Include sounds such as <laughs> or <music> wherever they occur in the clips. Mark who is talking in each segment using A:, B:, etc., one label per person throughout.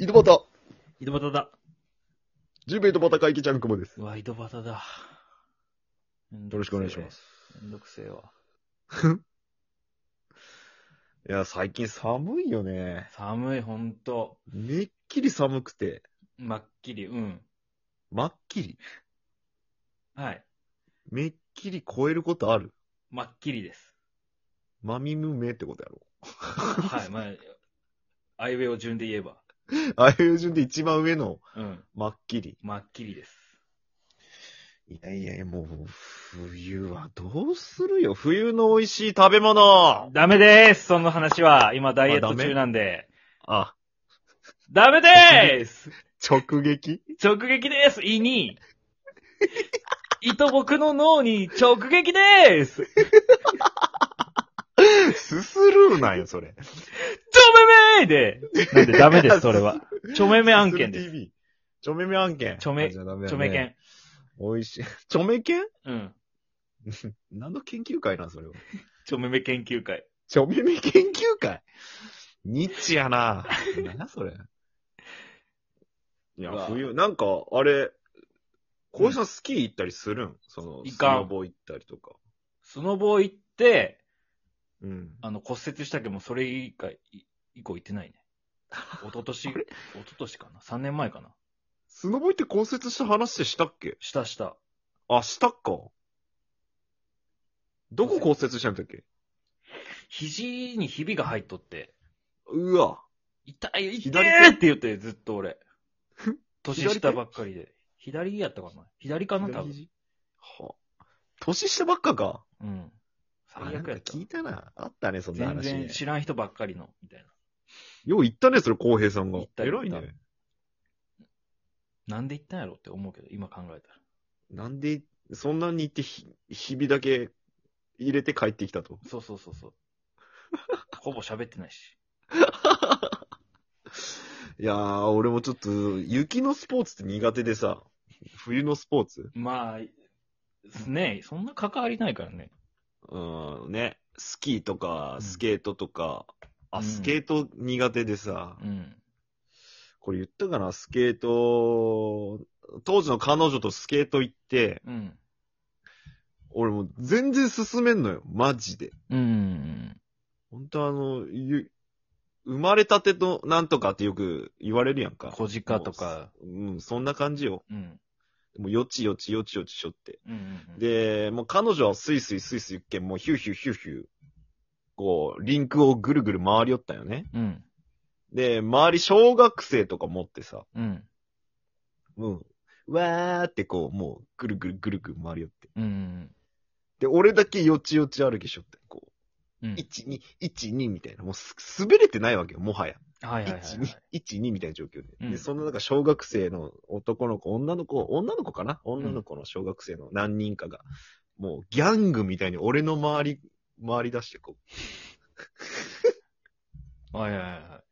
A: 井戸端、
B: 井戸端だ。
A: 十兵衛とバタ会議ちゃんくもです。
B: うわ、井戸端だ。よ。
A: よろしくお願いします
B: めんどくせえわ。
A: いや、最近寒いよね。
B: 寒い、ほんと。
A: めっきり寒くて、
B: まっきり、うん。
A: まっきり、
B: はい。
A: めっきり超えることある。
B: まっきり <laughs> です。
A: まみむめってことやろ。 <laughs>
B: はい、まあ、アイウェイを順で言えば。
A: ああいう順で一番上の
B: うん。
A: まっきり。
B: まっきりです。
A: いやいやいや、もう、冬はどうするよ。冬の美味しい食べ物
B: ダメですその話は。今、ダイエッ
A: あ
B: ト
A: ダメ
B: 中なんで。
A: あ、
B: ダメです
A: 直
B: <laughs>
A: 撃
B: 直撃です胃に胃と僕の脳に直撃 <laughs> です
A: すするうなよ、それ。
B: ちょめめーでなんでダメです、それは。 <laughs> ちょめめ案件です。
A: す。ちょめめ案件。
B: ちょめ
A: あじゃあダメだね
B: <laughs> ちょめけん。
A: 美味しい。ちょめけん
B: うん。
A: 何の研究会なん、それは。
B: ちょめめ研究会。
A: ちょめめ研究会ニッチや <laughs> な。なんやそれ。いうや、
B: わ
A: 冬、なんか、あれ、小石さんスキー行ったりするん、その、
B: い
A: ス
B: かん
A: ノボ行ったりとか。
B: スノボ行って、
A: うん。
B: あの、骨折したけども、それ以外、い以降行っ
A: <laughs>
B: てないね。一昨年、一
A: れ
B: 昨年かな ?3 年前かな
A: スノボ行って骨折した話ってしたっけ
B: したした。
A: あ、したっか。どこ骨折したんだっけ
B: 肘にひびが入っとって、
A: うわ。
B: 痛い、痛い
A: 左手
B: って言って、ずっ
A: <laughs>
B: と俺。年
A: 左
B: 下
A: 手
B: ばっかりで。左やったかな左かな多
A: 左
B: 分。
A: 肘はあ年下ばっかか。
B: うん。
A: あ、
B: 最
A: なん
B: 悪
A: か
B: やった
A: 聞い。たな。あったね、そんな
B: 全
A: 話、
B: 然
A: ね。
B: 知らん人ばっかりの、みたい
A: よう言ったね、それ、浩平さんが
B: 言っ。た
A: 偉い
B: 言っ
A: ね。
B: な。なんで行ったんやろって思うけど、今考えたら。
A: なんで、そんなに言ってひ、日々だけ入れて帰ってきたと。
B: そうそうそ
A: <laughs>
B: うそう。ほぼ喋ってないし。
A: いやー、俺もちょっと、雪のスポーツって苦手でさ、冬のスポーツ
B: まあ、ですねそんな関わりないからね。
A: うん、ね。スキーとか
B: う、ん
A: スケートとか、
B: う
A: あ、
B: ん
A: スケート苦手でさ、
B: うん。
A: これ言ったかな、スケート、当時の彼女とスケート行って、
B: うん。
A: 俺もう全然進めんのよ、マジで。
B: うん。
A: 本当あの、ゆ、生まれたてとなんとかってよく言われるやんか。
B: 小鹿とか。
A: うん、そんな感じよ。
B: うん。
A: もうよちよちよちよちしょって。
B: うんうん。、
A: で、もう彼女はスイスイスイスイ行っけん、もうヒューヒューヒューヒュー、こう、リンクをぐるぐる回りよったよね。
B: うん。
A: で、周り小学生とか持ってさ、
B: うん。
A: うん。わーってこう、もう、ぐるぐるぐるぐる回りよって。
B: うん。
A: で、俺だけよちよち歩きしよって、こ
B: うん
A: う、。1、2、1、2みたいな。もうす、滑れてないわけよ、もはや。
B: はいはいはい、
A: 1、2
B: は、
A: 1、2みたいな状況で。
B: うん
A: で、そんな中、小学生の男の子、女の子、女の子かな女の子の小学生の何人かが、もうギャングみたいに俺の周り、回り出して、こ
B: い。はいはいは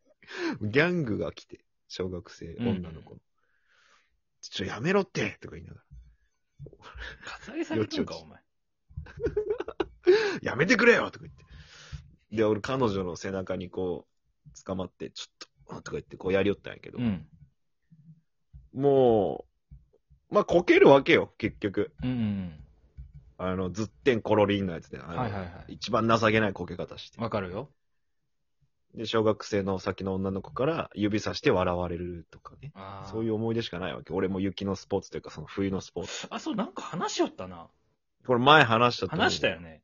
A: う、ギャングが来て、小学生、
B: うん
A: 女の子の。ちょ、やめろってとか言いなが
B: い。カツアゲされてるか、
A: よちよち
B: お前。
A: ら、やめてくれよとか言って。で、俺、彼女の背中にこう、捕まって、ちょっと、とか言って、こうやりよったんやけど、
B: うん。
A: もう、まあ、こけるわけよ、結局。
B: うん
A: あの、ずってんころりんのやつで。あ
B: う
A: の
B: ん。はいはいはい。
A: 一番情けないこけ方して。
B: わかるよ。
A: で、小学生の先の女の子から指さして笑われるとかね。
B: ああ。。
A: そういうう思い出しかないわけ。俺も雪のスポーツというか、その冬のスポーツ。
B: あ、そう、なんか話しよったな。
A: これ前話したと思う
B: 話した。よね。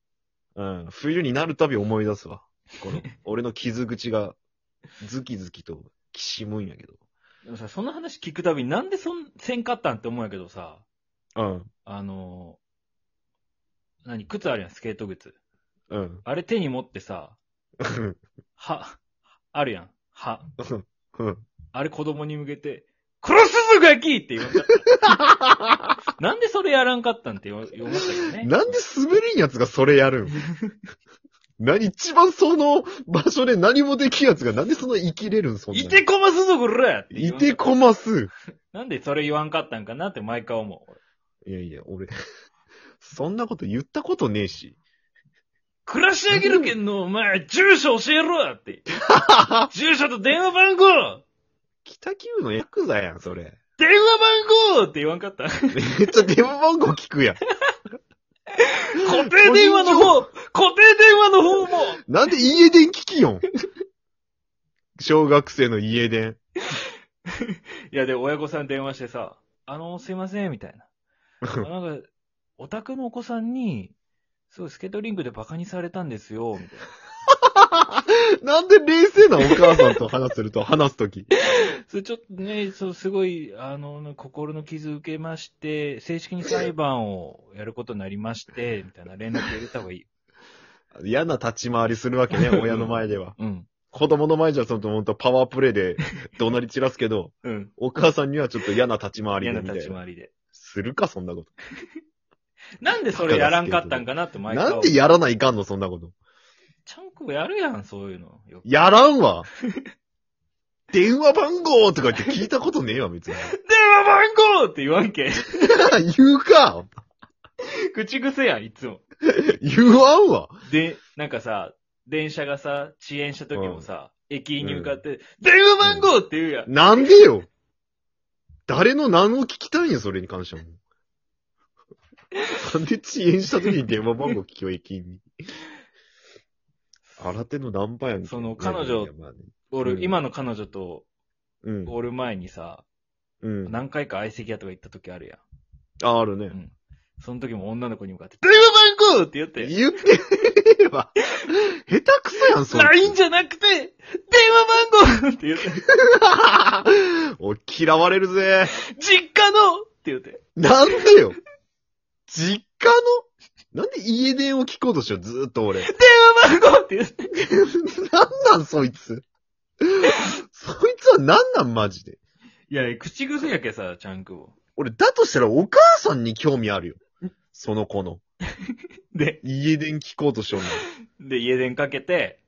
A: うん。冬になるたび思い出すわ。この、 <laughs> 俺の傷口が、ズキズキと、きしむんやけど。
B: でもさ、その話聞くたびになんでそん、せんかったんって思うんやけどさ、
A: うん。
B: あのー、何、靴あるやん、スケート靴。
A: うん。
B: あれ手に持ってさ、は、あるやん。は。
A: うん。
B: あれ子供に向けて、殺すぞガキって言わんかった。なんでそれやらんかったんって言わ言わんかったけどね。
A: なんで滑りんやつがそれや
B: <laughs>
A: るん何、一番その場所で何もできんやつがなんでそんな生きれるんそんなに
B: いてこますぞこらって言
A: い
B: わんかった
A: てこます。
B: なんでそれ言わんかったんかなって毎回思う。
A: いやいや、俺、 <laughs> そんなこと言ったことねえし。
B: 暮らし上げるけん
A: <laughs>
B: の、お前、住所教えろって。住所と電話番号
A: 来北九のヤクザやん、それ。
B: 電話番号って言わんかった。固
A: めっちゃ電話番号聞くやん。
B: 定電話の方、固定電話の方も、
A: なんで家電聞きよん。小学生の家電。 <laughs>
B: いや、で、親御さん電話してさ、あの、すいません、みたいな。あなんか、お宅のお子さんに、すごいスケートリンクでバカにされたんですよ、みたい
A: なんで冷静なお母さんと話すると、話すとき。
B: な。 <laughs> それちょっとね、そう、すごい、あの、心の傷受けまして、正式に裁判をやることになりまして、みたいな連絡入れた方がいい。
A: 嫌な立ち回りするわ
B: <laughs>
A: けね、親の前では。
B: うん。
A: 子供の前じゃ、その、ほんとパワープレイで怒鳴り散らすけど、
B: うん。
A: お母さんにはちょっと嫌な立ち回り
B: 嫌
A: で
B: な
A: みた
B: 立
A: い
B: ち
A: な。
B: 回りで。
A: するか、そんなこ
B: なんでそれやらんかったんかなって
A: と。
B: 毎回
A: なんでやらないかんの、そんなこと。
B: ちゃんこやるやん、そういうの。 <laughs> よく
A: やらんわ。電話番号とか言って聞いたことねえわ、別に。 <laughs>
B: 電話番号って言わんけ。
A: 言うか。
B: 口癖やん、いつも。
A: 言わんわ。
B: で、なんかさ、電車がさ、遅延した時もさ、駅員に向かって、電話番号って言うやん。
A: なんでよ。誰の何を聞きたいんや、それに関してはもう。なんで遅延した時に電話番号聞きよ、駅員に。新手の何番やんけ
B: その彼女
A: いやいやまあね
B: 俺、
A: うん
B: 今の彼女と、
A: うん。
B: おる前にさ、
A: うん。
B: 何回か相席屋とか行った時あるや
A: あ、あるね
B: ん。う。ん。その時も女の子に向かって、電話番号って言って、
A: 言ってねえ
B: <laughs>
A: わ。下手くそやん、それ。
B: LINE じゃなくて、電話番号って言って、
A: <laughs> おい、嫌われるぜ。
B: 実家のって言って。
A: なんでよ。実家のなんで家電を聞こうとしよう、ずーっと俺。
B: 電話番号って言って。
A: なんなん、そいつ。そいつはなんなん、マジで。
B: いや、口癖やけさ、ちゃんくぼ。
A: 俺、だとしたらお母さんに興味あるよ。その子の。
B: で、
A: 家電聞こうとしよ
B: で、家電かけて、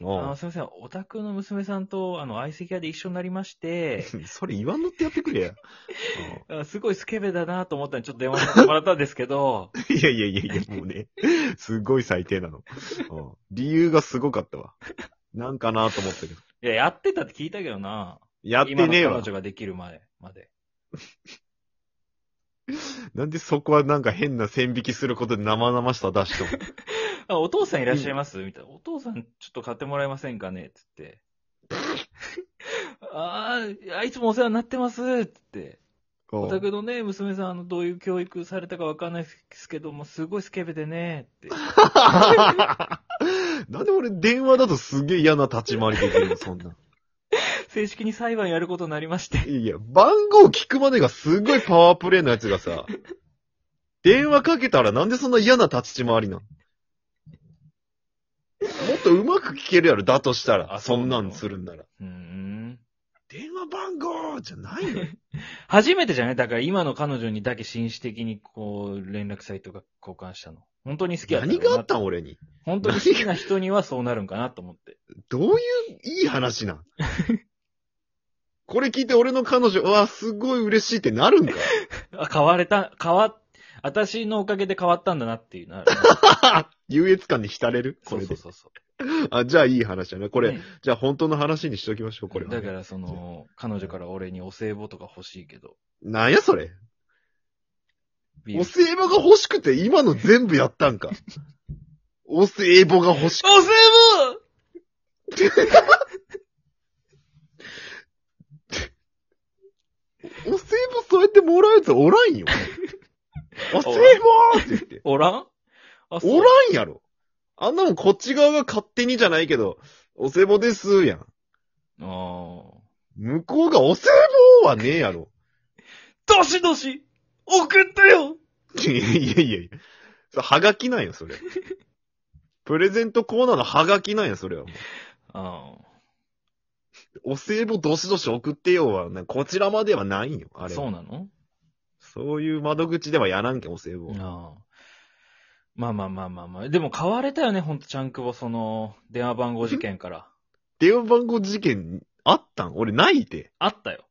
A: う
B: あの、
A: の。
B: すみません、お宅の娘さんと、あの、相席屋で一緒になりまして、
A: それ言わんのってやってくれや。
B: あすごいスケベだなと思ったんで、ちょっと電話させてもらったんですけど、
A: いやいやいやいや、もうね。すごい最低なの。うん理由がすごかったわ。なんかなと思ったけど。
B: いや、やってたって聞いたけどな。
A: やってねえ
B: 今の
A: わ
B: 彼。女ができるまで、まで。
A: なんでそこはなんか変な線引きすることで生々しさ出しても。
B: あ、お父さんいらっしゃいますみたいな。お父さん、ちょっと買ってもらえませんかねつ <laughs> って。あーあ、いつもお世話になってますつって。 <laughs> お
A: うん
B: 宅のね、娘さん、あの、どういう教育されたかわかんないですけども、すごいスケベでね、 <laughs> っ
A: <laughs>
B: て。
A: なんで俺電話だとすげえ嫌な立ち回りできるの、そんな。
B: 正式に裁判やることになりまして。
A: いや、番号聞くまでがすごいパワープレイのやつがさ、電話かけたらなんでそんな嫌な立ち回りなんもっとうまく聞けるやろ、だとしたら。
B: あ
A: そんな
B: そうなの
A: んするんなら。
B: うーん。
A: 電話番号じゃない
B: <laughs>
A: のよ
B: 初めてじゃないだから今の彼女にだけ紳士的にこう、連絡先とか交換したの。本当に好きだったの
A: 何
B: かな
A: があったん俺に。
B: 本当に好きな人にはそうなるんかなと思って。
A: どういういい話なん <laughs> これ聞いて俺の彼女、うわ、すごい嬉しいってなるんか <laughs>
B: あ、変われた、変わっ、私のおかげで変わったんだなっていうな。
A: <laughs> 優越感に浸れるこ
B: そう
A: れ
B: そう
A: で。
B: そうそう。
A: あ、じゃあいい話だね。これ、
B: ね
A: じゃあ本当の話にしときましょう、これはね、
B: だからその、彼女から俺にお歳暮とか欲しいけど。
A: なんやそれ。
B: ビール
A: お歳暮が欲しくて今の全部やったん
B: <laughs>
A: か。お歳暮が欲しく
B: お歳暮
A: お歳暮そうやってもらうやつおら
B: <laughs>
A: んよ。お歳暮って言って。
B: おらんあ、そう
A: おらんやろ。あんなもんこっち側が勝手にじゃないけど、お歳暮ですやん。
B: あー
A: 向こうがお歳暮はねえやろ。
B: どしどし送ってよ
A: いやいやいやいや。それはがきなんよ、それ。プレゼントコーナーのはがきなんよ、それは。
B: あ
A: お歳暮どしどし送ってよは、ね、こちらまではないんよ、あ
B: あ。
A: れは。
B: そうなの
A: そういう窓口ではやらんけん、お歳暮は。
B: ああまあまあまあまあまあ。でも変われたよね、ほんと、ちゃんくぼ、その、電話番号事
A: <laughs>
B: 件から。
A: 電話番号事件あったん俺ないて。
B: あったよ。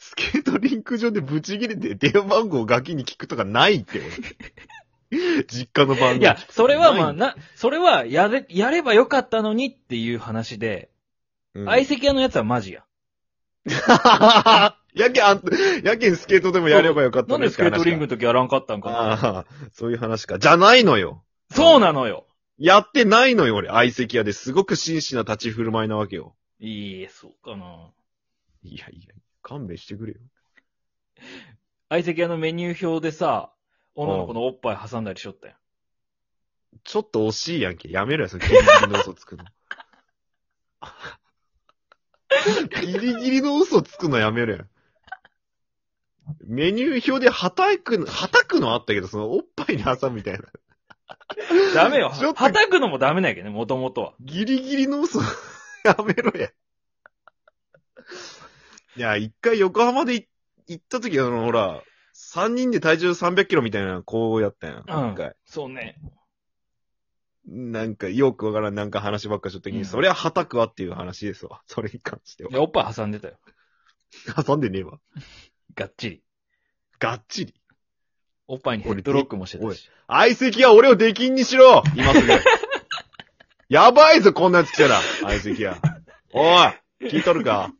A: スケートリンク上でブチ切れて電話番号をガキに聞くとかないって、俺。実家の番号。
B: いや、それはまあ、
A: ない、
B: な、それは、やれ、やればよかったのにっていう話で、
A: うん
B: 相席屋のやつはマジや。
A: <laughs> やけん、あんやけんスケートでもやればよかった
B: なんでスケートリングの時やらんかったん
A: か
B: か。
A: ああ、そういう話か。じゃないのよ。
B: そうなのよ。
A: やってないのよ、俺。相席屋ですごく真摯な立ち振る舞いなわけよ。
B: いいえ、そうかな。
A: いやいや、勘弁してくれよ。
B: 相席屋のメニュー表でさ、女の子のおっぱい挟んだりしょったよ。
A: ちょっと惜しいやんけ。やめろよ、そのギリギリの嘘つくの。ギリギリの嘘つくのやめろよ。メニュー表ではたくの、はたくのあったけど、そのおっぱいに挟むみたいな。
B: ダメよ。
A: ちょっと
B: はたくのもダメなんやけどね、もともとは。
A: ギリギリの嘘、 <laughs> やめろや。いや、一回横浜でい行った時、あの、ほら、三人で体重300キロみたいな、こうやったやん。
B: うん
A: 一回。
B: そうね。
A: なんか、よくわからん、なんか話ばっかしょった時に、
B: うん
A: そりゃはたくわっていう話ですわ。それに関しては <laughs>
B: で、。おっぱい挟んでたよ。
A: 挟んでねえわ。
B: がっちり。
A: がっちり。
B: おっぱいにヘッドロックもしてたし。
A: 相席は俺を出禁にしろ今すぐ。やばいぞ、こんなやつ来たら。相席屋。おい、聞いとるか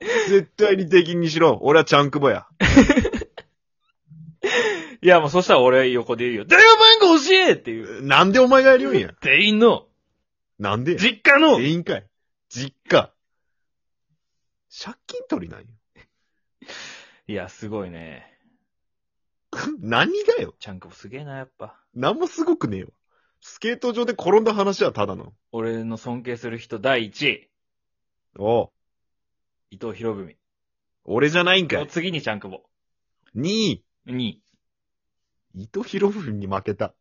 A: 絶対に出禁にしろ。俺はちゃんくぼや。
B: いや、もうそしたら俺は横で言うよ。電話番号教えっていう。
A: なんでお前がやるんや。
B: 店員の、
A: なんでや。
B: 実家の、
A: 全員かい。実家。借金取りなんよ。
B: いや、すごいね。
A: 何がよ。
B: ちゃんこすげえな、やっぱ。
A: なんもすごくねえわ。スケート場で転んだ話はただの。
B: 俺の尊敬する人第一位、
A: おう
B: 伊藤博文。
A: 俺じゃないんか
B: の
A: い。
B: 次にちゃんくぼ。
A: 2位、
B: 2位。
A: 伊藤博文に負けた。